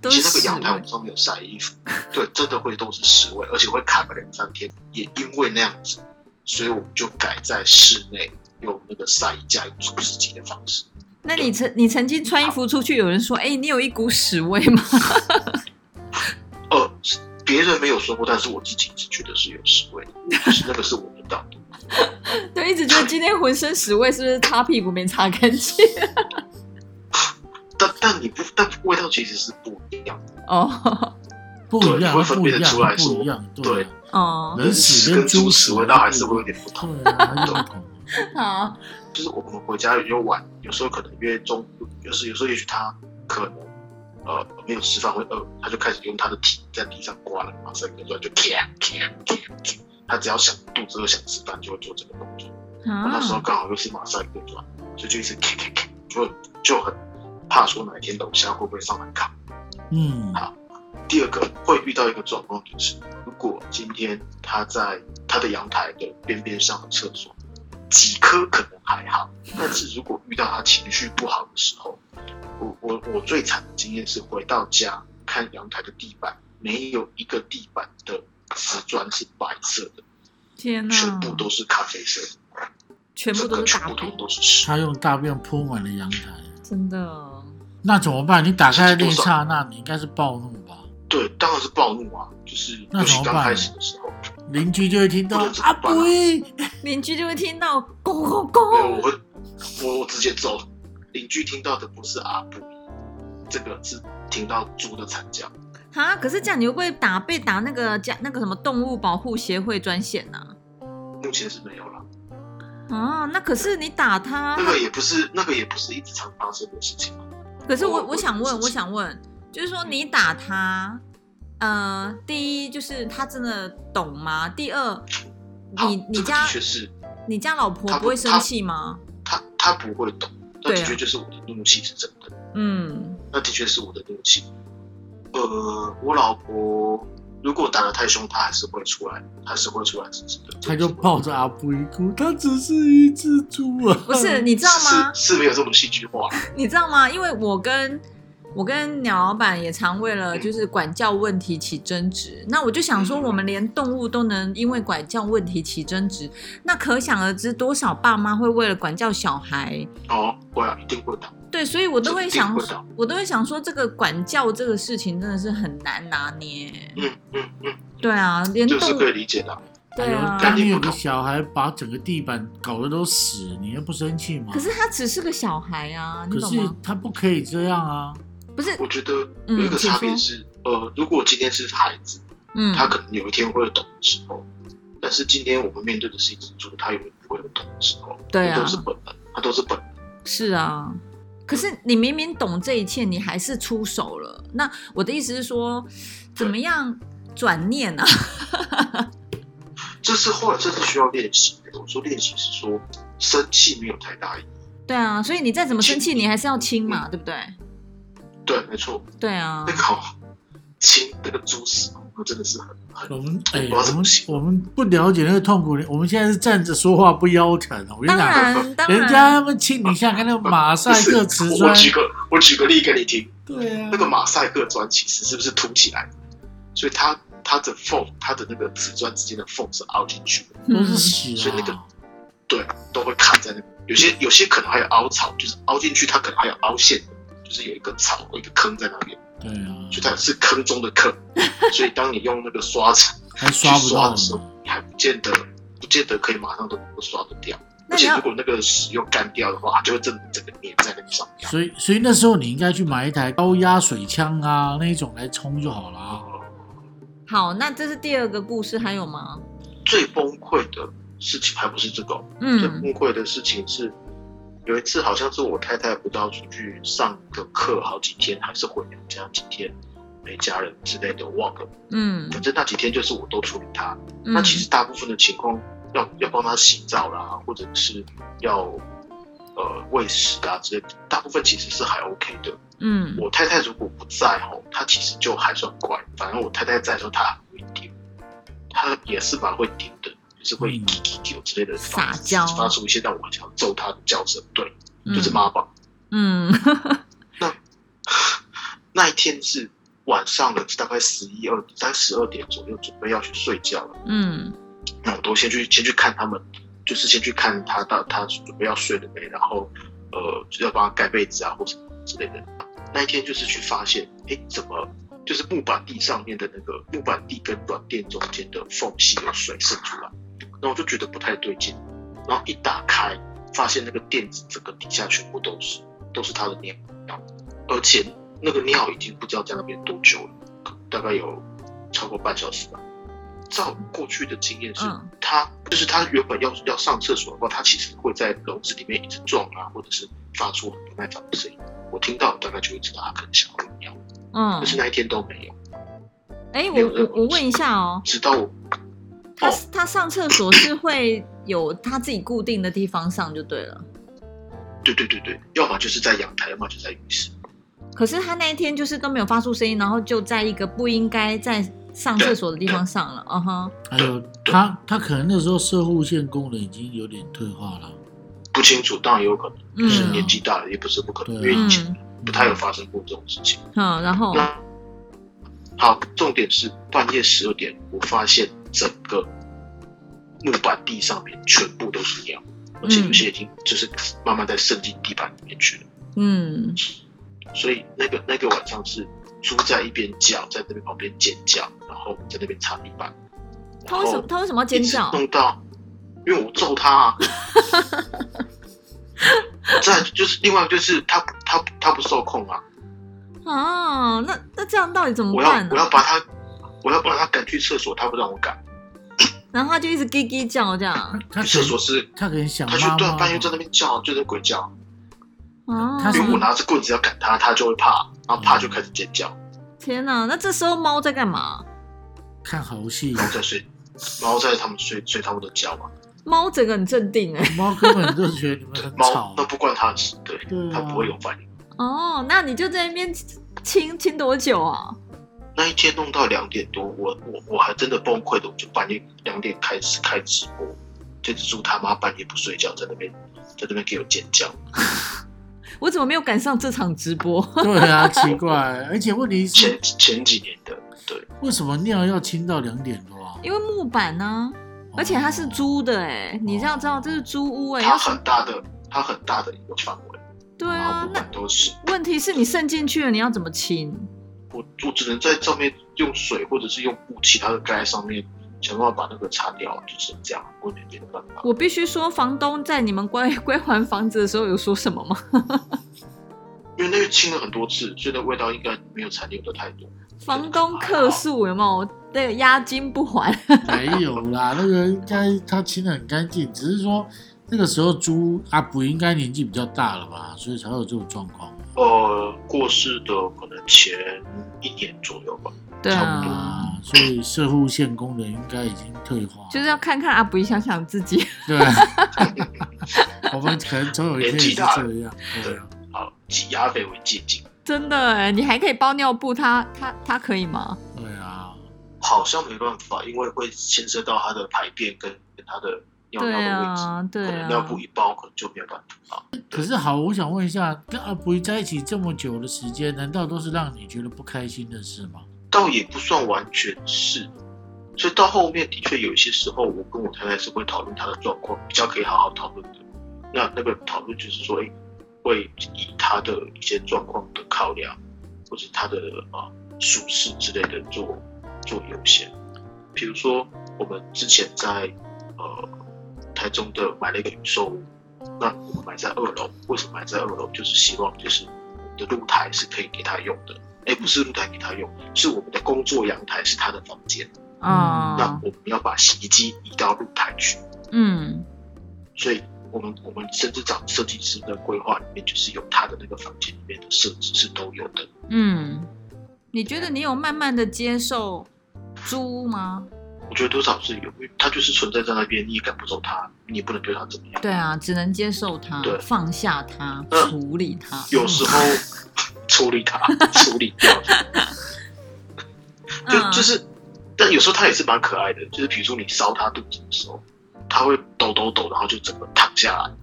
Speaker 1: 都
Speaker 3: 其
Speaker 1: 是
Speaker 3: 实那个
Speaker 1: 屎
Speaker 3: 阳台我
Speaker 1: 味
Speaker 3: 们，上面有晒衣服，对，真的会都是屎味，而且会卡个两三天。也因为那样子，所以我们就改在室内用那个晒衣架、用除湿机的方式。
Speaker 1: 那你曾你曾经穿衣服出去，有人说，哎，你有一股屎味吗？
Speaker 3: 呃，别人没有说过，但是我自己是觉得是有屎味，就是那个是我闻到的。
Speaker 1: 对，一直觉得今天浑身屎味，是不是擦屁股没擦干净？
Speaker 3: 但但你不，但味道其实是不一样的。
Speaker 1: 哦
Speaker 2: 不一样，
Speaker 3: 对会分
Speaker 2: 不一
Speaker 3: 辨得
Speaker 2: 样
Speaker 3: 出来，
Speaker 2: 不一样，对啊，
Speaker 1: 哦，
Speaker 2: 人屎
Speaker 3: 跟
Speaker 2: 猪
Speaker 3: 猪
Speaker 2: 屎
Speaker 3: 屎味道还是会有点不同。
Speaker 2: 对啊，还是不同。
Speaker 1: 好，
Speaker 3: 就是我们回家比较晚，有时候可能约中，有时有时候也许他可能呃没有吃饭会饿，他就开始用他的蹄在地上刮了马赛克砖，就咔咔咔咔。他只要想肚子饿想吃饭，就会做这个动作。
Speaker 1: 啊
Speaker 3: 那时候刚好又是马赛克砖，所以就一直咔咔咔，就就很怕说哪一天楼下会不会上来看。
Speaker 2: 嗯，
Speaker 3: 第二个会遇到一个状况，就是如果今天他在他的阳台的边边上的厕所，几颗可能还好，但是如果遇到他情绪不好的时候，我我我最惨的经验是回到家看阳台的地板，没有一个地板的瓷砖是白色的，
Speaker 1: 天哪，
Speaker 3: 全部都是咖啡色，
Speaker 1: 嗯全部
Speaker 3: 整
Speaker 1: 都
Speaker 3: 个
Speaker 1: 是
Speaker 3: 全
Speaker 1: 大
Speaker 3: 部
Speaker 1: 便
Speaker 3: 都，都是屎。
Speaker 2: 他用大便铺满了阳台，
Speaker 1: 真的，
Speaker 2: 那怎么办？你打开的那一刹那，你应该是暴怒吧？
Speaker 3: 对，当然是暴怒啊，就是
Speaker 2: 那
Speaker 3: 尤
Speaker 2: 怎么
Speaker 3: 其刚
Speaker 2: 办
Speaker 3: 开始的时候，
Speaker 2: 邻居就会听到
Speaker 3: 不能怎么
Speaker 2: 阿
Speaker 3: 办啊
Speaker 2: 龟，
Speaker 1: 邻居就会听到“咕咕
Speaker 3: 没有，
Speaker 1: 咕
Speaker 3: 我会，我我直接走。邻居听到的不是阿布，这个是听到猪的惨叫。”
Speaker 1: 啊！可是这样你会不会打被打那个家那个什么动物保护协会专线呐、
Speaker 3: 目前是没有了，
Speaker 1: 啊？啊，那可是你打他，
Speaker 3: 那个也不是，那个也不是一直常发生的事情啊。
Speaker 1: 可是我
Speaker 3: 我
Speaker 1: 我想问，我想问，就是说你打他，呃，第一就是他真的懂吗？第二，
Speaker 3: 好
Speaker 1: 你你
Speaker 3: 这个
Speaker 1: 家
Speaker 3: 的确是
Speaker 1: 你家老婆
Speaker 3: 他
Speaker 1: 不会
Speaker 3: 不
Speaker 1: 生
Speaker 3: 他
Speaker 1: 气吗？
Speaker 3: 他他不会懂，那
Speaker 1: 对啊
Speaker 3: 的确就是我的怒气是真的，
Speaker 1: 嗯，
Speaker 3: 那的确是我的怒气。呃，我老婆如果打得太凶，她还是会出来，还是会出来制止的。
Speaker 2: 他就抱着阿龟哭，他只是一只猪啊！
Speaker 1: 不是，你
Speaker 3: 你
Speaker 1: 知道吗？
Speaker 3: 是是没有这么戏剧化，
Speaker 1: 你知道吗？因为我跟我跟鸟老板也常为了就是管教问题起争执，那我就想说，
Speaker 3: 嗯
Speaker 1: 我们连动物都能因为管教问题起争执，那可想而知，多少爸妈会为了管教小孩。
Speaker 3: 哦，会啊，一定会打。
Speaker 1: 对，所以我都会想
Speaker 3: 这一定会的，
Speaker 1: 我都会想说，这个管教这个事情真的是很难拿捏。
Speaker 3: 嗯嗯嗯，
Speaker 1: 对啊，连
Speaker 3: 这
Speaker 1: 动
Speaker 3: 是
Speaker 1: 物
Speaker 3: 可以理解的啊。
Speaker 1: 对
Speaker 2: 哎
Speaker 1: 啊
Speaker 2: 呦，当你有个小孩把整个地板搞得都屎，你又不生气吗？
Speaker 1: 可是他只是个小孩啊，你
Speaker 2: 可
Speaker 1: 懂
Speaker 2: 是
Speaker 1: 吗？
Speaker 2: 他不可以这样啊！
Speaker 1: 不是，
Speaker 3: 我觉得有一个差别是，呃，如果今天是孩子，
Speaker 1: 嗯，
Speaker 3: 他可能有一天会懂的时候，但是今天我们面对的是一只猪，他永远不会有懂的时候，
Speaker 1: 对啊
Speaker 3: 都是本能，他都是本能。
Speaker 1: 是啊，可是你明明懂这一切，你还是出手了。那我的意思是说，怎么样转念啊？
Speaker 3: 这是后来，这是需要练习的。我说练习是说，生气没有太大意义。
Speaker 1: 对啊，所以你再怎么生气，
Speaker 3: 亲
Speaker 1: 你还是要亲嘛，对不对？
Speaker 3: 对，没错，
Speaker 1: 对啊
Speaker 3: 那，个好亲那个猪屎，我真的是很很
Speaker 2: 我们哎，
Speaker 3: 我要
Speaker 2: 我
Speaker 3: 怎
Speaker 2: 们
Speaker 3: 么行
Speaker 2: 我们不了解那个痛苦，我们现在是站着说话不腰疼哦。我跟
Speaker 1: 当
Speaker 2: 你讲，
Speaker 1: 然当
Speaker 2: 人家他
Speaker 1: 然，
Speaker 2: 们亲你像看那个马赛克瓷
Speaker 3: 我
Speaker 2: 砖
Speaker 3: 我，举个我举个例给你听，
Speaker 2: 对啊
Speaker 3: 那，个马赛克砖其实是不是凸起来的？所以它它的缝，它的那个瓷砖之间的缝是凹进去的，
Speaker 2: 都
Speaker 1: 嗯
Speaker 2: 是屎
Speaker 3: 所以那个
Speaker 2: 啊！
Speaker 3: 对，都会卡在那边。有些有些可能还有凹槽，就是凹进去，它可能还有凹陷，就是有一个槽，有一个坑在那边，
Speaker 2: 对啊，
Speaker 3: 所以它是坑中的坑。所以当你用那个刷子
Speaker 2: 还
Speaker 3: 去
Speaker 2: 刷不
Speaker 3: 刷
Speaker 2: 到
Speaker 3: 的时候
Speaker 2: 呢。，
Speaker 3: 你还不见得不见得可以马上都能够刷得掉。
Speaker 1: 那
Speaker 3: 而
Speaker 1: 你
Speaker 3: 且
Speaker 1: 要
Speaker 3: 如果那个屎又干掉的话，它就会整整个粘在那个上面。
Speaker 2: 所以，所以那时候你应该去买一台高压水枪啊，那一种来冲就好了啊。
Speaker 1: 好，那这是第二个故事，还有吗？
Speaker 3: 最崩溃的事情还不是这个哦，最
Speaker 1: 嗯
Speaker 3: 崩溃的事情是，有一次好像是我太太不知道出去上个课好几天，还是回娘家几天，没家人之类的，我忘了。
Speaker 1: 嗯
Speaker 3: 反正那几天就是我都处理她。那
Speaker 1: 嗯，
Speaker 3: 其实大部分的情况，要要帮她洗澡啦，或者是要呃喂食啊之类的，大部分其实是还 OK 的。
Speaker 1: 嗯
Speaker 3: 我太太如果不在吼，她其实就还算乖。反正我太太在的时候，她很会丢，她也是蛮会丢的，就是会
Speaker 2: 嗯
Speaker 3: 叽叽丢之类的
Speaker 1: 撒
Speaker 3: 发出
Speaker 1: 娇
Speaker 3: 发出一些让我很想揍她的叫声。对，
Speaker 1: 嗯
Speaker 3: 就是妈宝。
Speaker 1: 嗯
Speaker 3: 那一天是晚上的大概十一二、大概十二点左右，准备要去睡觉了。
Speaker 1: 嗯
Speaker 3: 那我都先去先去看他们，就是先去看他到他准备要睡了没，然后呃就要帮他盖被子啊或什么之类的。那一天就是去发现，哎，怎么就是木板地上面的那个木板地跟软垫中间的缝隙有水渗出来，那我就觉得不太对劲，然后一打开发现那个垫子整个底下全部都是都是他的尿，而且那个尿已经不知道在那边多久了，大概有超过半小时吧。照过去的经验是，
Speaker 1: 嗯
Speaker 3: 他就是他原本要要上厕所的话，他其实会在笼子里面一直撞啊，或者是发出很不耐烦的声音。我听到我大概就会知道他可能想要尿，
Speaker 1: 嗯
Speaker 3: 可，是那一天都没有，
Speaker 1: 哎，我我我问一下哦，
Speaker 3: 直到我
Speaker 1: 他他上厕所是会有他自己固定的地方上就对了。
Speaker 3: 对对对对，要么就是在阳台，要么就在浴室。
Speaker 1: 可是他那一天就是都没有发出声音，然后就在一个不应该在上厕所的地方上了。 嗯哼，
Speaker 2: 还有他，他可能那时候射护腺功能已经有点退化了，
Speaker 3: 不清楚，当然也有可能，就是
Speaker 1: 嗯
Speaker 3: 年纪大了也不是不可能，因
Speaker 2: 对
Speaker 3: 为
Speaker 2: 啊
Speaker 3: 以
Speaker 1: 嗯
Speaker 3: 前不太有发生过这种事情。
Speaker 1: 好，然后
Speaker 3: 那好，重点是半夜十二点，我发现整个木板地上面全部都是尿，而且有些已经就是慢慢在渗进地板里面去了。
Speaker 1: 嗯，
Speaker 3: 所以那个那个晚上是猪在一边叫，在那边旁边尖叫，然后在那边擦地板。然
Speaker 1: 他为什
Speaker 3: 后
Speaker 1: 么他为什么要
Speaker 3: 一
Speaker 1: 尖
Speaker 3: 直
Speaker 1: 叫？
Speaker 3: 弄到，因为我揍他、 啊。再来就是另外就是他他他不受控啊，
Speaker 1: 啊，那那这样到底怎么
Speaker 3: 我要
Speaker 1: 办
Speaker 3: 我
Speaker 1: 呢、
Speaker 3: 要把他我要把他赶去厕所，他不让我赶。
Speaker 1: 然后他就一直叽叽叫这样
Speaker 2: 他可
Speaker 3: 厕
Speaker 2: 能
Speaker 3: 所是
Speaker 2: 他可能想
Speaker 3: 他就
Speaker 2: 妈
Speaker 3: 对啊
Speaker 2: 妈
Speaker 3: 半夜在
Speaker 2: 吧
Speaker 3: 那边叫，就在鬼叫，
Speaker 1: 啊！
Speaker 2: 他是
Speaker 3: 因为我拿着棍子要赶他，他就会怕，然后怕就开始尖叫，
Speaker 1: 天哪，那这时候猫在干嘛？
Speaker 2: 看好戏，
Speaker 3: 然后再睡，然后再他们睡睡他们的觉嘛。
Speaker 1: 猫整个很镇定哎、
Speaker 2: 猫根本就觉得你们
Speaker 3: 对，
Speaker 2: 很
Speaker 3: 猫
Speaker 2: 吵
Speaker 3: 那，不关他的事，对，
Speaker 2: 对
Speaker 3: 他
Speaker 2: 啊，
Speaker 3: 不会有反应。
Speaker 1: 哦，那你就在那边亲亲多久啊？
Speaker 3: 那一天弄到两点多，我我我还真的崩溃的，我就半夜两点开始开直播，这只猪他妈半夜不睡觉，在那边在那边给我尖叫，
Speaker 1: 嗯我怎么没有赶上这场直播？
Speaker 2: 对啊，奇怪，而且问题是
Speaker 3: 前前几年
Speaker 1: 哦
Speaker 3: 的，对，
Speaker 2: 为什么尿要清到两点多啊？
Speaker 1: 因为木板呢、而且它是租的哎、你这样知道这是租屋哎、
Speaker 3: 它
Speaker 1: 要是
Speaker 3: 很大的它很大的一个范围，
Speaker 1: 对
Speaker 3: 然后
Speaker 1: 啊
Speaker 3: 不，
Speaker 1: 那
Speaker 3: 管都是，
Speaker 1: 问题是你渗进去了，你要怎么清？
Speaker 3: 我我只能在上面用水或者是用布其他的盖在上面，想办法把那个擦掉，就只能这样，我也没办法。
Speaker 1: 我必须说，房东在你们 归归还房子的时候有说什么吗？
Speaker 3: 因为那个清了很多次，所以那味道应该没有残留的太多。
Speaker 1: 房东客诉有没有？对，押金不还。
Speaker 2: 哦没有啦，那个应该他清的很干净，只是说那个时候猪阿不应该年纪比较大了吧，所以才会有这种状况。
Speaker 3: 呃，过世的可能前一年左右吧。
Speaker 1: 对啊，
Speaker 2: 啊，所以射护腺功能应该已经退化，
Speaker 1: 就是要看看阿布，想想自己。
Speaker 2: 对。啊 我们可能总有一天也是这样，对啊，
Speaker 3: 好，以阿肥为借鉴，
Speaker 1: 真的哎、你还可以包尿布，他他他可以吗？
Speaker 2: 对啊，
Speaker 3: 好像没办法，因为会牵涉到他的排便跟他的尿
Speaker 1: 对
Speaker 3: 尿的位置，
Speaker 1: 啊，对
Speaker 3: 可能
Speaker 1: 啊。
Speaker 3: 尿布一包可能就没有办法。
Speaker 2: 可是好，我想问一下，跟阿布在一起这么久的时间，难道都是让你觉得不开心的事 吗？
Speaker 3: 倒也不算完全是，所以到后面的确有一些时候，我跟我太太是会讨论他的状况，比较可以好好讨论的。那那个讨论就是说，哎，会以他的一些状况的考量，或者他的啊舒适之类的做做优先。比如说，我们之前在呃台中的买了一个预售屋，那我们买在二楼，为什么买在二楼？就是希望就是我们的露台是可以给他用的，哎，不是露台给他用，是我们的工作阳台是他的房间，
Speaker 1: 啊、
Speaker 3: 那我们要把洗衣机移到露台去，
Speaker 1: 嗯
Speaker 3: 所以我们我们甚至找设计师的规划里面就是有他的那个房间里面的设置是都有的，
Speaker 1: 嗯，你觉得你有慢慢的接受猪吗？
Speaker 3: 我觉得多少是有，因为他就是存在在那边，你也赶不走他，你也不能对他怎么样。
Speaker 1: 对啊，只能接受它，
Speaker 3: 对
Speaker 1: 放下它，
Speaker 3: 嗯
Speaker 1: 处理它。
Speaker 3: 有时候处理他， 处理掉，就就
Speaker 1: 嗯
Speaker 3: 是，但有时候他也是蛮可爱的，就是比如说你烧他肚子的时候，他会抖抖抖，然后就整个躺下来，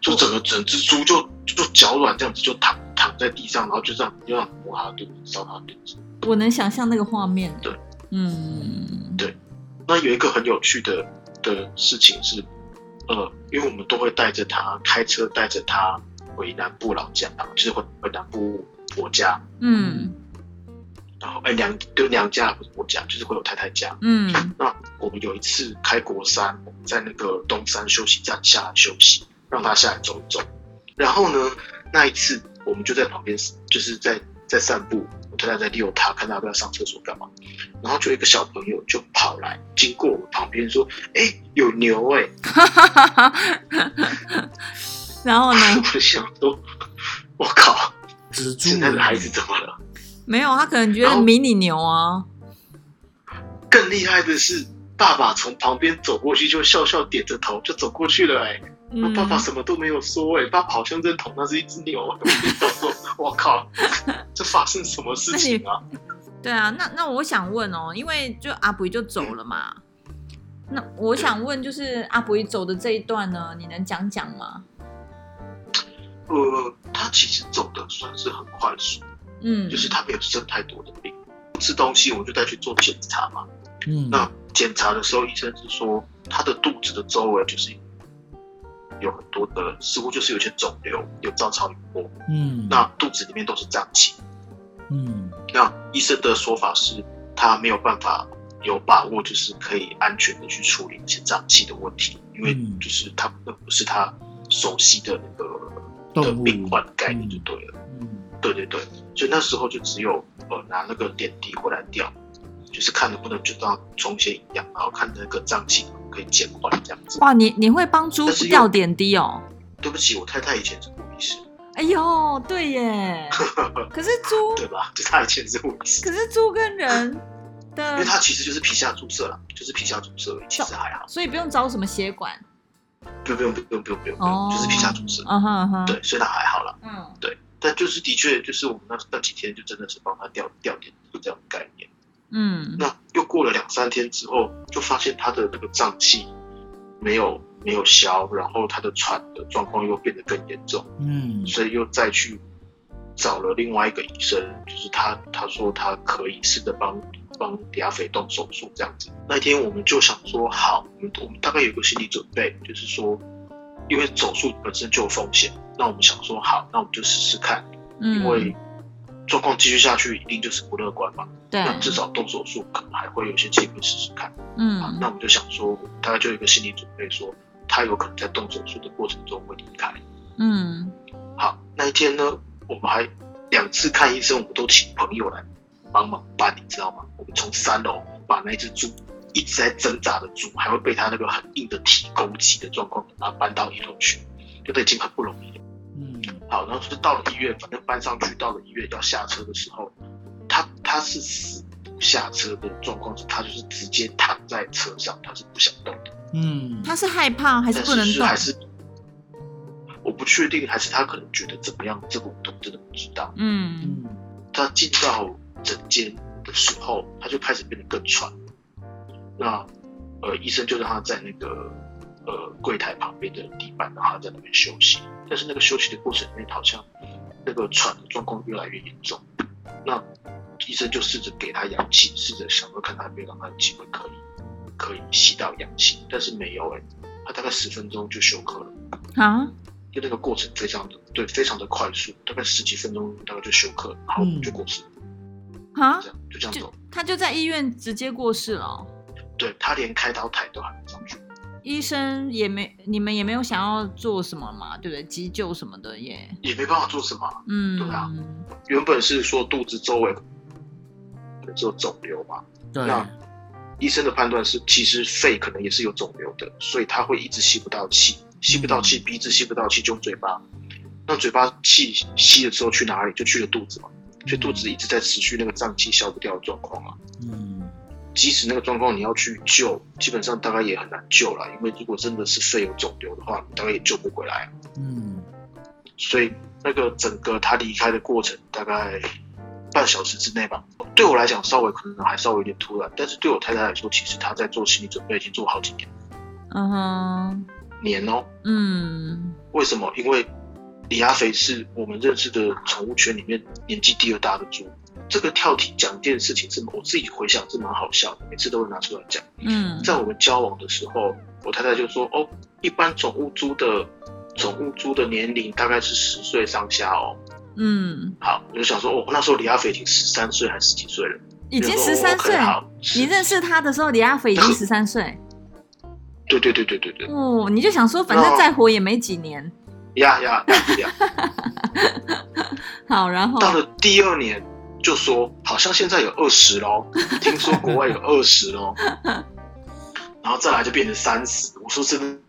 Speaker 3: 就整个整只猪就就脚软这样子就躺躺在地上，然后就这样就这样摸他的肚子，烧他的肚子。
Speaker 1: 嗯我能想象那个画面。
Speaker 3: 对，
Speaker 1: 嗯，
Speaker 3: 那有一个很有趣的的事情是，呃，因为我们都会带着他开车带着他回南部老家，就是回回南部婆家，
Speaker 1: 嗯
Speaker 3: 然后哎娘就娘家不是婆家，就是回我太太家。
Speaker 1: 嗯
Speaker 3: 那我们有一次开国三，我们在那个东山休息站下来休息，让他下来走一走。然后呢，那一次我们就在旁边，就是在在散步，我太太在遛他，看他要不要上厕所干嘛。然后就有一个小朋友就跑来，经过我们旁边说：“哎、有牛哎、
Speaker 1: 然后呢？
Speaker 3: 我想说，我靠，
Speaker 2: 蜘蛛
Speaker 3: 现在的孩子怎么了？
Speaker 1: 没有，他可能觉得迷你牛啊。
Speaker 3: 更厉害的是，爸爸从旁边走过去，就笑笑点着头，就走过去了、哎。我
Speaker 1: 嗯，
Speaker 3: 爸爸什么都没有说、哎，爸爸好像认同那是一只牛。 我靠， 这发生什么事情啊？
Speaker 1: 对啊，那那我想问哦，因为就阿布就走了嘛，那我想问就是阿布走的这一段呢，你能讲讲吗？
Speaker 3: 呃，他其实走的算是很快速，
Speaker 1: 嗯，
Speaker 3: 就是他没有生太多的病。吃东西我就带去做检查嘛。
Speaker 2: 嗯，
Speaker 3: 那检查的时候，医生是说他的肚子的周围就是有很多的，似乎就是有些肿瘤，有造成一波，
Speaker 2: 嗯，
Speaker 3: 那肚子里面都是脏器。
Speaker 2: 嗯
Speaker 3: 那医生的说法是，他没有办法有把握，就是可以安全的去处理一些脏器的问题，因为
Speaker 2: 嗯
Speaker 3: 就是他那不是他熟悉的那个的
Speaker 2: 动物
Speaker 3: 病患概念就对了。
Speaker 2: 嗯
Speaker 3: 对对对，所以那时候就只有呃拿那个点滴回来吊，就是看能不能就让充血一样，然后看那个脏器可以减缓这样子。
Speaker 1: 哇，你你会帮猪
Speaker 3: 但是又
Speaker 1: 吊点滴哦？
Speaker 3: 对不起，我太太以前是护理师，
Speaker 1: 哎呦，对 耶。可是猪，
Speaker 3: 对吧？ 就她以前是护理师，
Speaker 1: 可是猪跟人
Speaker 3: 因
Speaker 1: 的
Speaker 3: 为，她其实就是皮下注射啦，就是皮下注射而已，其实还好。
Speaker 1: 所以不用找什么血管。
Speaker 3: 不用不用不用不用不用，不
Speaker 1: 哦
Speaker 3: 用，就是皮下注射。
Speaker 1: 嗯哼嗯哼，
Speaker 3: 对，所以那还好啦。
Speaker 1: 嗯，
Speaker 3: 但就是的确，就是我们那那几天就真的是帮他吊吊点滴这样的概念。
Speaker 1: 嗯
Speaker 3: 那又过了两三天之后，就发现他的那个胀气没有没有消，然后他的喘的状况又变得更严重，
Speaker 2: 嗯
Speaker 3: 所以又再去找了另外一个医生，就是他他说他可以试着帮帮李亚斐动手术这样子。那天我们就想说，好，我们我们大概有个心理准备，就是说，因为手术本身就有风险，那我们想说，好，那我们就试试看。
Speaker 1: 嗯，
Speaker 3: 因为状况继续下去一定就是不乐观嘛。
Speaker 1: 对，
Speaker 3: 那至少动手术可能还会有些机会试试看。啊
Speaker 1: 嗯
Speaker 3: 那我们就想说，大概就有一个心理准备说，他有可能在动手术的过程中会离开。
Speaker 1: 嗯，
Speaker 3: 好，那一天呢，我们还两次看医生，我们都请朋友来帮忙搬，你知道吗？我们从三楼把那只猪一直在挣扎的猪，还会被它那个很硬的体勾击的状况，把它搬到一楼去，就都已经很不容易了。
Speaker 2: 嗯
Speaker 3: 好，然后就是到了医院，反正搬上去，到了医院要下车的时候，他他是死不下车的状况，是他就是直接躺在车上，他是不想动的，
Speaker 2: 嗯，
Speaker 1: 他是害怕还是
Speaker 3: 但
Speaker 1: 不能
Speaker 3: 是是
Speaker 1: 动
Speaker 3: 还？是我不确定，还是他可能觉得怎么样，这个我都真的不知道。
Speaker 1: 嗯
Speaker 2: 嗯
Speaker 3: 他进到诊间的时候，他就开始变得更喘。那呃，医生就让他在那个呃柜台旁边的地板，让他在那边休息。但是那个休息的过程里面，好像那个喘的状况越来越严重。那医生就试着给他氧气，试着想要看他有没有让他有机会可以可以吸到氧气，但是没有哎、他大概十分钟就休克了。
Speaker 1: 啊，
Speaker 3: 就那个过程非常的对，非常的快速，大概十几分钟大概就休克，然后
Speaker 2: 嗯
Speaker 3: 就过世了。
Speaker 1: 啊
Speaker 3: 这，样就这样
Speaker 1: 就
Speaker 3: 走。
Speaker 1: 他就在医院直接过世了哦、
Speaker 3: 对他连开刀台都还没上去，
Speaker 1: 医生也没你们也没有想要做什么嘛，对不对？急救什么的耶，
Speaker 3: 也没办法做什么啊。
Speaker 1: 嗯，
Speaker 3: 对啊原本是说肚子周围可能只有肿瘤嘛，
Speaker 2: 对，
Speaker 3: 那医生的判断是其实肺可能也是有肿瘤的，所以他会一直吸不到气，吸不到气，鼻子吸不到气就用嘴巴。那嘴巴气吸的时候去哪里？就去了肚子嘛，所以肚子一直在持续那个胀气消不掉的状况啊。
Speaker 2: 嗯
Speaker 3: 即使那个状况你要去救，基本上大概也很难救了，因为如果真的是肺有肿瘤的话，你大概也救不回来。啊
Speaker 2: 嗯
Speaker 3: 所以那个整个他离开的过程大概半小时之内吧。对我来讲，稍微可能还稍微有点突然，但是对我太太来说，其实她在做心理准备已经做好几年
Speaker 1: 嗯哼，
Speaker 3: 年哦。
Speaker 1: 嗯，
Speaker 3: 为什么？因为李亚肥是我们认识的宠物圈里面年纪第二大的猪。这个跳题讲一件事情是我自己回想是蛮好笑的，每次都会拿出来讲。
Speaker 1: 嗯，
Speaker 3: 在我们交往的时候，我太太就说：“哦，一般宠物猪的宠物猪的年龄大概是十岁上下哦。”
Speaker 1: 嗯，
Speaker 3: 好，我就想说，哦，那时候李亚飞已经十三岁还是十几岁了？
Speaker 1: 已经
Speaker 3: 我就说
Speaker 1: 十
Speaker 3: 哦
Speaker 1: 三
Speaker 3: ，OK，
Speaker 1: 岁，
Speaker 3: 好，
Speaker 1: 你认识他的时候，李亚飞已经
Speaker 3: 那
Speaker 1: 十三 岁，
Speaker 3: 对对对对对对，
Speaker 1: 哦，你就想说，反正再活也没几年，
Speaker 3: 呀呀呀 呀！
Speaker 1: 好，然后，
Speaker 3: 到了第二年就说，好像现在有二 十喽，听说国外有二十喽，然后再来就变成三十。我说 真的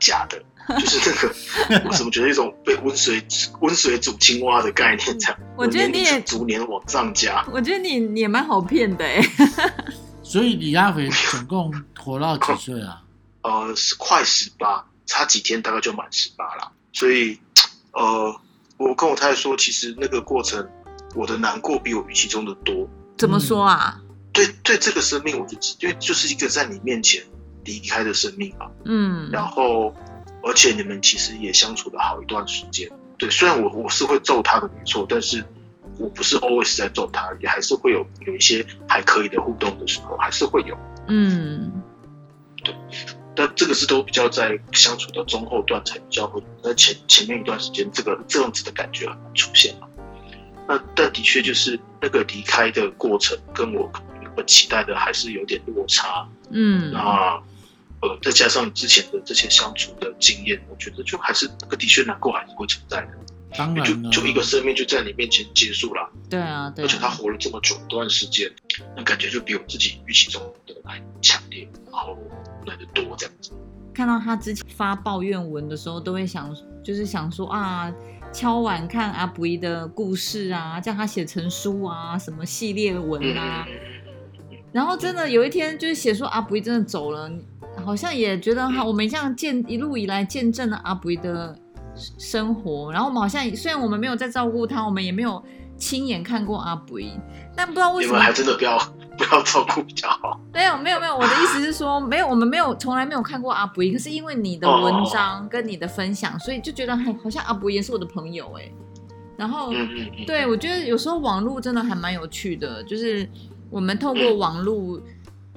Speaker 3: 假的？就是那个，我怎么觉得一种被温水温水煮青蛙的概念这样？
Speaker 1: 我觉得你也
Speaker 3: 年龄是逐年往上加，
Speaker 1: 我觉得你你也蛮好骗的哎，
Speaker 2: 所以李亚飞总共活到几岁啊？
Speaker 3: 呃，是快十八，差几天大概就满十八啦。所以，呃，我跟我太太说，其实那个过程，我的难过比我预期中的多。
Speaker 1: 怎么说啊？
Speaker 3: 对对，这个生命，我就知因为就是一个在你面前离开的生命啊。
Speaker 1: 嗯，
Speaker 3: 然后，而且你们其实也相处了好一段时间。对，虽然我我是会揍他的，没错，但是我不是 always 在揍他，也还是会有有一些还可以的互动的时候，还是会有。
Speaker 1: 嗯
Speaker 3: 但这个是都比较在相处到中后段才比较会有，那前前面一段时间这个这样子的感觉很难出现嘛。那但的确就是那个离开的过程跟我我期待的还是有点落差。
Speaker 1: 嗯
Speaker 3: 那呃，再加上你之前的这些相处的经验，我觉得就还是那个的确难过还是会存在的。
Speaker 2: 当
Speaker 3: 因为
Speaker 2: 然了，嗯
Speaker 3: 就就一个生命就在你面前结束了，
Speaker 1: 对啊对
Speaker 3: 而且他
Speaker 1: 啊，
Speaker 3: 活了这么久一段时间，那感觉就比我自己预期中的来强烈，然后来的多这样子。
Speaker 1: 看到他之前发抱怨文的时候，都会想就是想说啊，敲碗看阿布依的故事啊，叫他写成书啊，什么系列
Speaker 2: 嗯
Speaker 3: 嗯
Speaker 1: 文啊，然后真的有一天就是写说阿布真的走了，好像也觉得哈，我们这样见一路以来见证了阿布的生活，然后我们好像虽然我们没有在照顾他，我们也没有亲眼看过阿布，但不知道为
Speaker 3: 你
Speaker 1: 什么
Speaker 3: 们还真的不要不要照顾比较好。
Speaker 1: 没有没有没有，我的意思是说没有，我们没有从来没有看过阿布可是因为你的文章跟你的分享，所以就觉得好好像阿布也是我的朋友哎，然后。
Speaker 3: 嗯嗯嗯，
Speaker 1: 对，我觉得有时候网络真的还蛮有趣的，就是我们透过网络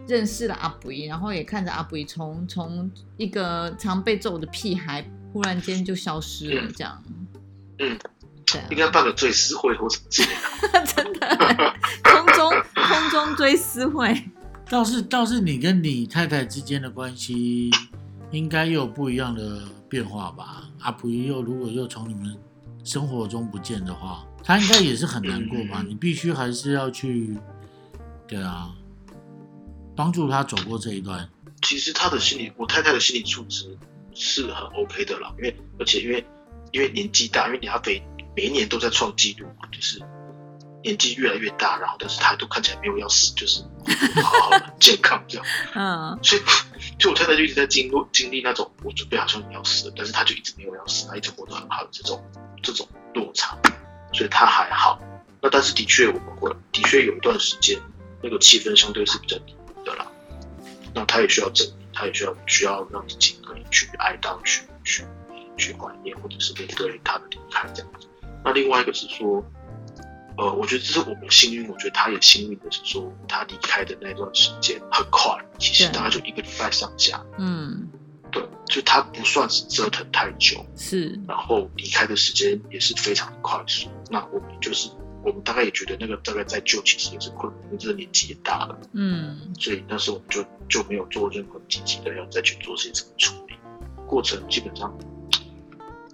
Speaker 1: 认识了阿布依，然后也看着阿布依从从一个常被揍的屁孩，忽然间就消失了，这样。
Speaker 3: 嗯，
Speaker 1: 对啊
Speaker 3: 应该办个追思会或者之类的。
Speaker 1: 真的空中空中追思会，
Speaker 2: 倒是倒是你跟你太太之间的关系，应该又有不一样的变化吧？阿普又如果又从你们生活中不见的话，他应该也是很难过吧？
Speaker 3: 嗯
Speaker 2: 你必须还是要去，对啊，帮助他走过这一段。
Speaker 3: 其实他的心理，我太太的心理素质是很 OK 的啦，因为而且因为因为年纪大，因为他每每一年都在创纪录嘛，就是年纪越来越大，然后但是他都看起来没有要死，就是好好 的健康这样。
Speaker 1: 嗯
Speaker 3: 所以，所以我太太就一直在经过经历那种我准备好像你要死了，但是他就一直没有要死，他一直活得很好的这种这种落差，所以他还好。那但是的确，我们会的确有一段时间，那个气氛相对是比较低的啦。那他也需要整理，他也需要需要让自己可以去哀悼，去去去怀念，或者是面对他的离开这样子。那另外一个是说，呃，我觉得这是我们幸运，我觉得他也幸运的是说，他离开的那段时间很快，其实
Speaker 1: 对
Speaker 3: 大概就一个礼拜上下，
Speaker 1: 嗯，
Speaker 3: 对，就他不算是折腾太久，
Speaker 1: 是
Speaker 3: 然后离开的时间也是非常快速。那我们就是我们大概也觉得那个大概再救其实也是困难，因为这个年纪也大了，
Speaker 1: 嗯
Speaker 3: 所以那时候我们就就没有做任何积极的要再去做些什么处理。过程基本上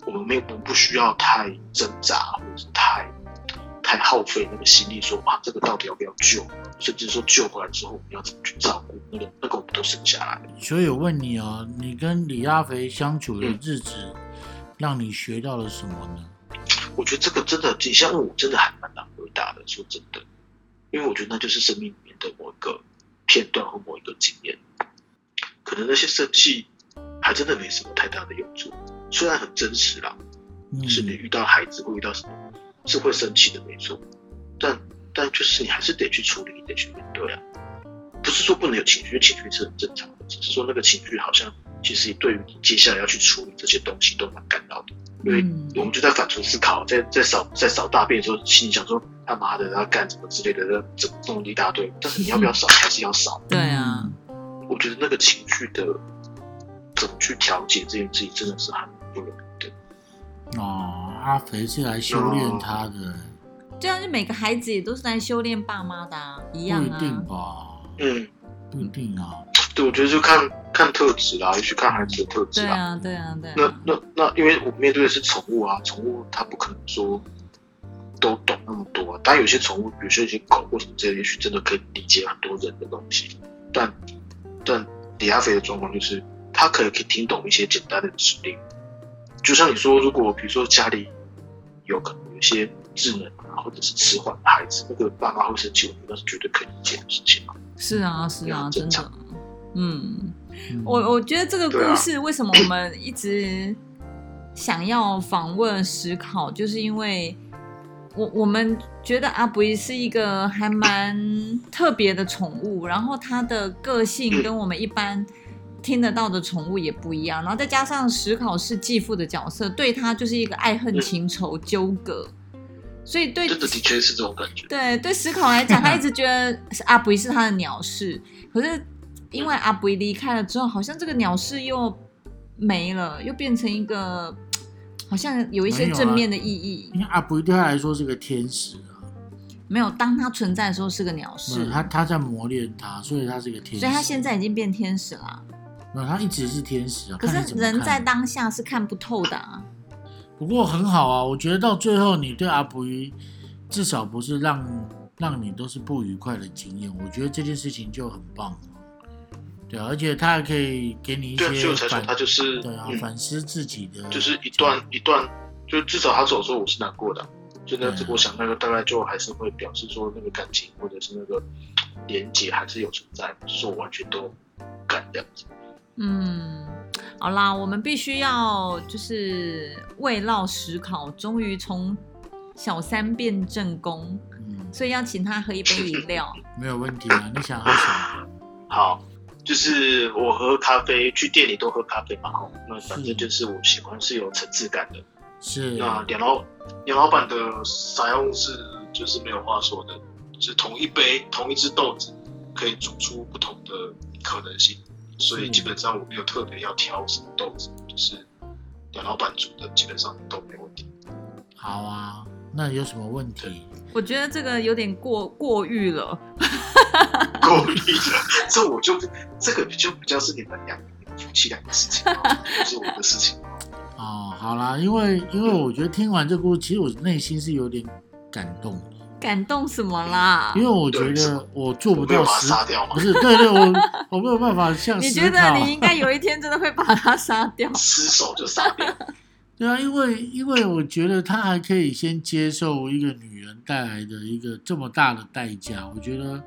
Speaker 3: 我们没有不不需要太挣扎，或者是太太耗费那个心力说啊这个到底要不要救，甚至说救回来之后我们要怎么去照顾那个那个我们都省下来了。
Speaker 2: 所以我问你哦，你跟李亚肥相处
Speaker 3: 嗯
Speaker 2: 的日子，让你学到了什么呢？
Speaker 3: 我觉得这个真的，你像问我真的还蛮难回答的，说真的，因为我觉得那就是生命里面的某一个片段或某一个经验，可能那些生气还真的没什么太大的用处，虽然很真实啦，
Speaker 2: 嗯，
Speaker 3: 是你遇到孩子会遇到什么，是会生气的，没错。但但就是你还是得去处理，你得去面对啊。不是说不能有情绪，因为情绪是很正常的，只是说那个情绪好像其实对于你接下来要去处理这些东西都蛮干扰的，因为
Speaker 1: 嗯
Speaker 3: 我们就在反刍思考，在在扫在扫大便的时候，心里想说他妈的，然后干什么之类的，然后怎么弄一大堆。但是你要不要扫，还是要扫。
Speaker 1: 对
Speaker 2: 嗯
Speaker 1: 啊，
Speaker 3: 我觉得那个情绪的怎么去调节这件事情，真的是很不容易的。
Speaker 2: 哦，阿肥是来修炼他的，
Speaker 1: 这样就每个孩子也都是来修炼爸妈的、啊，一样
Speaker 2: 不一定
Speaker 1: 啊，
Speaker 2: 吧？
Speaker 3: 嗯，
Speaker 2: 不一定啊。
Speaker 3: 对，我觉得就看看特质啦，也去看孩子的特质
Speaker 1: 对
Speaker 3: 啦。
Speaker 1: 啊对啊对
Speaker 3: 那
Speaker 1: 啊，
Speaker 3: 那那，因为我面对的是宠物啊，宠物它不可能说都懂那么多、啊。当然，有些宠物，比如说一些狗或什么之类，也许真的可以理解很多人的东西。但但李亚飞的状况就是，他可能可以听懂一些简单的指令。就像你说，如果比如说家里有可能有一些智能啊，或者是迟缓的孩子，那个爸妈会生气，我觉得那是绝对可以理解的事情啊。
Speaker 1: 是啊是啊，真的，嗯。
Speaker 2: 嗯
Speaker 1: 我我觉得这个
Speaker 3: 对啊
Speaker 1: 故事为什么我们一直想要访问思考，就是因为我我们觉得阿布依是一个还蛮特别的宠物，然后它的个性跟我们一般听得到的宠物也不一样，然后再加上史考是继父的角色，对他就是一个爱恨情仇纠葛，所以嗯对
Speaker 3: 真的的确是这种感觉。
Speaker 1: 对对，史考来讲，他一直觉得是阿布依是他的鸟事，可是因为阿布离开了之后，好像这个鸟事又没了，又变成一个好像有一些
Speaker 2: 没有啊
Speaker 1: 正面的意义。
Speaker 2: 因为阿布对他来说是个天使啊，
Speaker 1: 没有，当它存在的时候是个鸟事
Speaker 2: 嗯，他他在磨练他，所以他是个天使。
Speaker 1: 所以它现在已经变天使了。
Speaker 2: 没有，他一直是天使啊。
Speaker 1: 可
Speaker 2: 看你怎
Speaker 1: 是
Speaker 2: 么看
Speaker 1: 人在当下是看不透的啊。
Speaker 2: 不过很好啊，我觉得到最后你对阿普鱼至少不是让让你都是不愉快的经验，我觉得这件事情就很棒了。对啊，而且他还可以给你一
Speaker 3: 对啊，所以
Speaker 2: 些
Speaker 3: 我才说
Speaker 2: 反
Speaker 3: 他就是，
Speaker 2: 对啊
Speaker 3: 嗯，
Speaker 2: 反思自己的，
Speaker 3: 就是一段一段，就至少他走的时候我是难过的啊、就那、
Speaker 2: 对啊
Speaker 3: 我想那个大概就还是会表示说那个感情或者是那个连接还是有存在，不是说我完全都不敢这样子。
Speaker 1: 嗯，好啦，我们必须要就是未落实考，终于从小三变正宫，
Speaker 2: 嗯，
Speaker 1: 所以要请他喝一杯饮料。
Speaker 2: 没有问题啊。你想要什么？
Speaker 3: 好，就是我喝咖啡去店里都喝咖啡嘛，吼，那反正就是我喜欢是有层次感的。
Speaker 2: 是
Speaker 3: 那梁老梁老板的撒用是就是没有话说的，就是同一杯同一只豆子可以煮出不同的可能性，所以基本上我没有特别要挑什么豆子，就是梁老板煮的基本上都没问题。
Speaker 2: 好啊。那有什么问题？
Speaker 1: 我觉得这个有点过过誉了。
Speaker 3: 够 力的，这我就不这个就比较是你们两个夫妻俩的事情，不是我的事情。
Speaker 2: 哦，好啦，因为因为我觉得听完这故事，其实我内心是有点感动的，
Speaker 1: 感动什么啦
Speaker 2: 因？为我觉
Speaker 3: 啊对是
Speaker 2: 得我做不
Speaker 3: 我没有
Speaker 2: 到
Speaker 3: 把他
Speaker 2: 十
Speaker 3: 杀掉嘛
Speaker 2: 不？是，对对，我我没有办法像
Speaker 1: 你
Speaker 2: 思
Speaker 1: 觉得
Speaker 2: 考
Speaker 1: 你应该有一天真的会把他杀 掉？
Speaker 3: 失手就杀掉，
Speaker 2: 对啊，因为因为我觉得他还可以先接受一个女人带来的一个这么大的代价，我觉得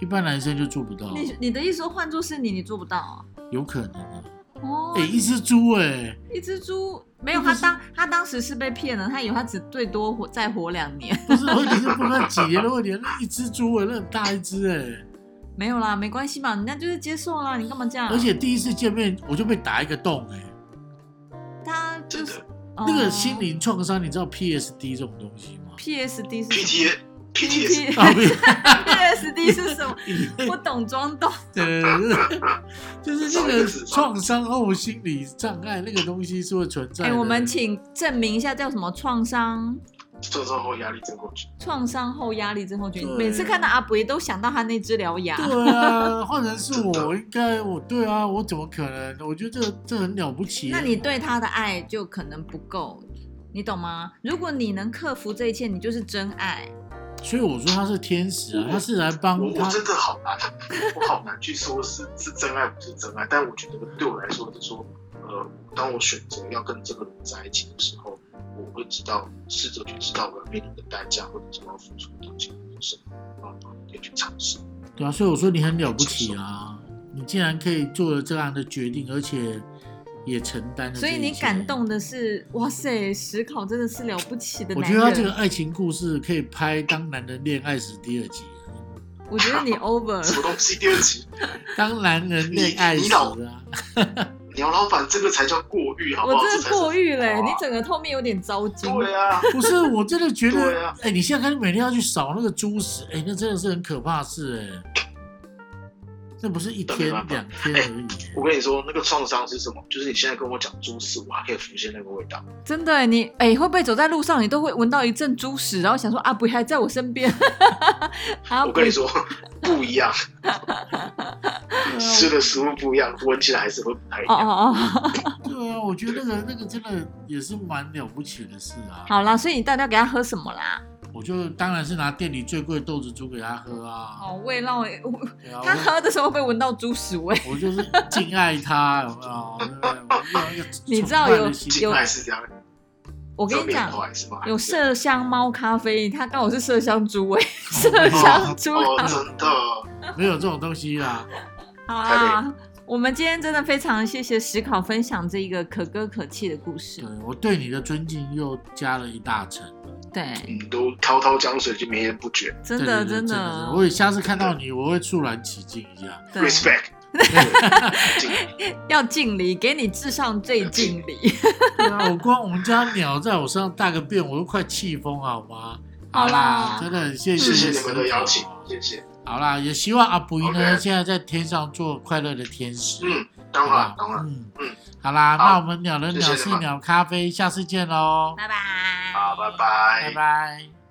Speaker 2: 一般男生就做不到，
Speaker 1: 你你的意思说换做是你，你做不到啊？
Speaker 2: 有可能啊。
Speaker 1: 哦，
Speaker 2: 哎、一只猪哎、
Speaker 1: 一只猪没有他当他当时是被骗了，他以为他只最多活再活两年。
Speaker 2: 不是问题是不管几年的问题，那一只猪哎、那很大一只哎、
Speaker 1: 没有啦，没关系嘛，人家就是接受啦，你干嘛这样？
Speaker 2: 而且第一次见面我就被打一个洞哎、
Speaker 1: 他就
Speaker 3: 真
Speaker 1: 是哦
Speaker 3: 的
Speaker 2: 那个心灵创伤，你知道 PSD 这种东西 吗
Speaker 1: PSD 是什
Speaker 3: PTA
Speaker 1: 么
Speaker 3: PTA
Speaker 2: 啊不
Speaker 1: PSD 是 什么？
Speaker 2: 是
Speaker 1: 不懂装懂。
Speaker 2: 对，就是就是那个创伤后心理障碍那个东西是会存在
Speaker 1: 哎、
Speaker 2: 的。
Speaker 1: 我们请证明一下叫什么创伤
Speaker 3: 受伤后压力症候群，
Speaker 1: 创伤后压力症候群。
Speaker 2: 对
Speaker 1: 每次看到阿伯都想到他那只獠牙。
Speaker 2: 对啊，换成是我，应该我对啊，我怎么可能？我觉得这这很了不起。
Speaker 1: 那你对他的爱就可能不够，你懂吗？如果你能克服这一切，你就是真爱。
Speaker 2: 所以我说他是天使
Speaker 1: 嗯
Speaker 2: 啊，他是来帮
Speaker 3: 我我
Speaker 2: 他。
Speaker 3: 真的好难，我好难去说是是真爱不是真爱，但我觉得对我来说，就是说，呃，当我选择要跟这个人在一起的时候，我会知道试着去知道我要面临的代价，或者是我要付出的东西是什么，然后也去尝试。
Speaker 2: 对啊，所以我说你很了不起啊，你竟然可以做了这样的决定，而且也承担了。
Speaker 1: 所以你感。动的是，哇塞，史考真的是了不起的
Speaker 2: 我
Speaker 1: 男
Speaker 2: 觉
Speaker 1: 人。
Speaker 2: 得他这个爱情故事可以拍《当男人恋爱时》第二集，
Speaker 1: 我觉得你 over
Speaker 3: 什
Speaker 1: 了。
Speaker 3: 么东西？第二集，
Speaker 2: 《当男人恋爱时》啊。
Speaker 3: 鸟老板这个才叫过誉，好不好？
Speaker 1: 我真的过誉嘞、
Speaker 3: 这才是
Speaker 1: 你整个后面有点糟心。
Speaker 3: 对啊，
Speaker 2: 不是，我真的觉得，哎、
Speaker 3: 对啊
Speaker 2: 你现在开始每天要去扫那个猪屎，哎、那真的是很可怕的事、哎，那不是一天
Speaker 3: 没办法
Speaker 2: 两天而已、
Speaker 3: 我跟你说，那个创伤是什么？就是你现在跟我讲猪屎，我还可以浮现那个味道。
Speaker 1: 真的耶，你哎、会不会走在路上，你都会闻到一阵猪屎，然后想说阿不还在我身边？阿
Speaker 3: 我
Speaker 1: 不
Speaker 3: 跟 你说，不一样，吃的食物不一样，闻起来还是会不太一
Speaker 1: 哦
Speaker 3: 样。
Speaker 1: 哦哦，
Speaker 2: 对啊，我觉得那个那个真的也是蛮了不起的事啊。
Speaker 1: 好啦，所以你到底要给他喝什么啦？
Speaker 2: 我就当然是拿店里最贵的豆子猪给他喝啊，
Speaker 1: 哦，味道，
Speaker 2: 对啊，
Speaker 1: 他喝的时候会闻到猪 屎味。
Speaker 2: 我我就是敬爱他，有没有？对不对我用一个
Speaker 1: 你知道
Speaker 2: 崇拜的
Speaker 1: 有
Speaker 2: 心
Speaker 3: 进来是这样，
Speaker 1: 我跟你讲，
Speaker 3: 坏是吧？
Speaker 1: 有麝香猫咖啡，它刚好是麝香猪味，
Speaker 2: 哦
Speaker 1: 麝香猪
Speaker 3: 哦，
Speaker 1: 糖。
Speaker 3: 真的，
Speaker 2: 没有这种东西啦。
Speaker 1: 好
Speaker 3: 太
Speaker 1: 啦，我们今天真的非常谢谢史考分享这一个可歌可泣的故事
Speaker 2: 对。我对你的尊敬又加了一大层。
Speaker 1: 对，
Speaker 3: 你嗯都滔滔江水就绵延不绝
Speaker 1: 真
Speaker 2: 对
Speaker 1: 的啊
Speaker 2: 对对
Speaker 1: 真
Speaker 2: 真
Speaker 1: 的，
Speaker 2: 我也下次看到你，我会肃然起敬一 下。
Speaker 1: 对
Speaker 3: ，respect。
Speaker 1: 要敬礼，给你致上最敬礼。
Speaker 2: 对啊，我光我们家鸟在我身上大个便，我都快气疯好吗？
Speaker 1: 好啦
Speaker 2: 真的很谢
Speaker 3: 谢谢
Speaker 2: 谢
Speaker 3: 你们的邀请
Speaker 2: 沈总，
Speaker 3: 谢谢，
Speaker 2: 好啦，也希望阿布依呢
Speaker 3: OK
Speaker 2: 现在在天上做快乐的天使。
Speaker 3: 嗯，
Speaker 2: 好
Speaker 3: 当
Speaker 2: 吧
Speaker 3: 然，当然，
Speaker 2: 嗯
Speaker 3: 嗯，
Speaker 2: 好啦，
Speaker 3: 好
Speaker 2: 那我们鸟人
Speaker 3: 谢
Speaker 2: 鸟
Speaker 3: 谢
Speaker 2: 事
Speaker 3: 你们
Speaker 2: 鸟咖啡，下次见喽，
Speaker 1: 拜拜，
Speaker 3: 好，拜
Speaker 2: 拜拜。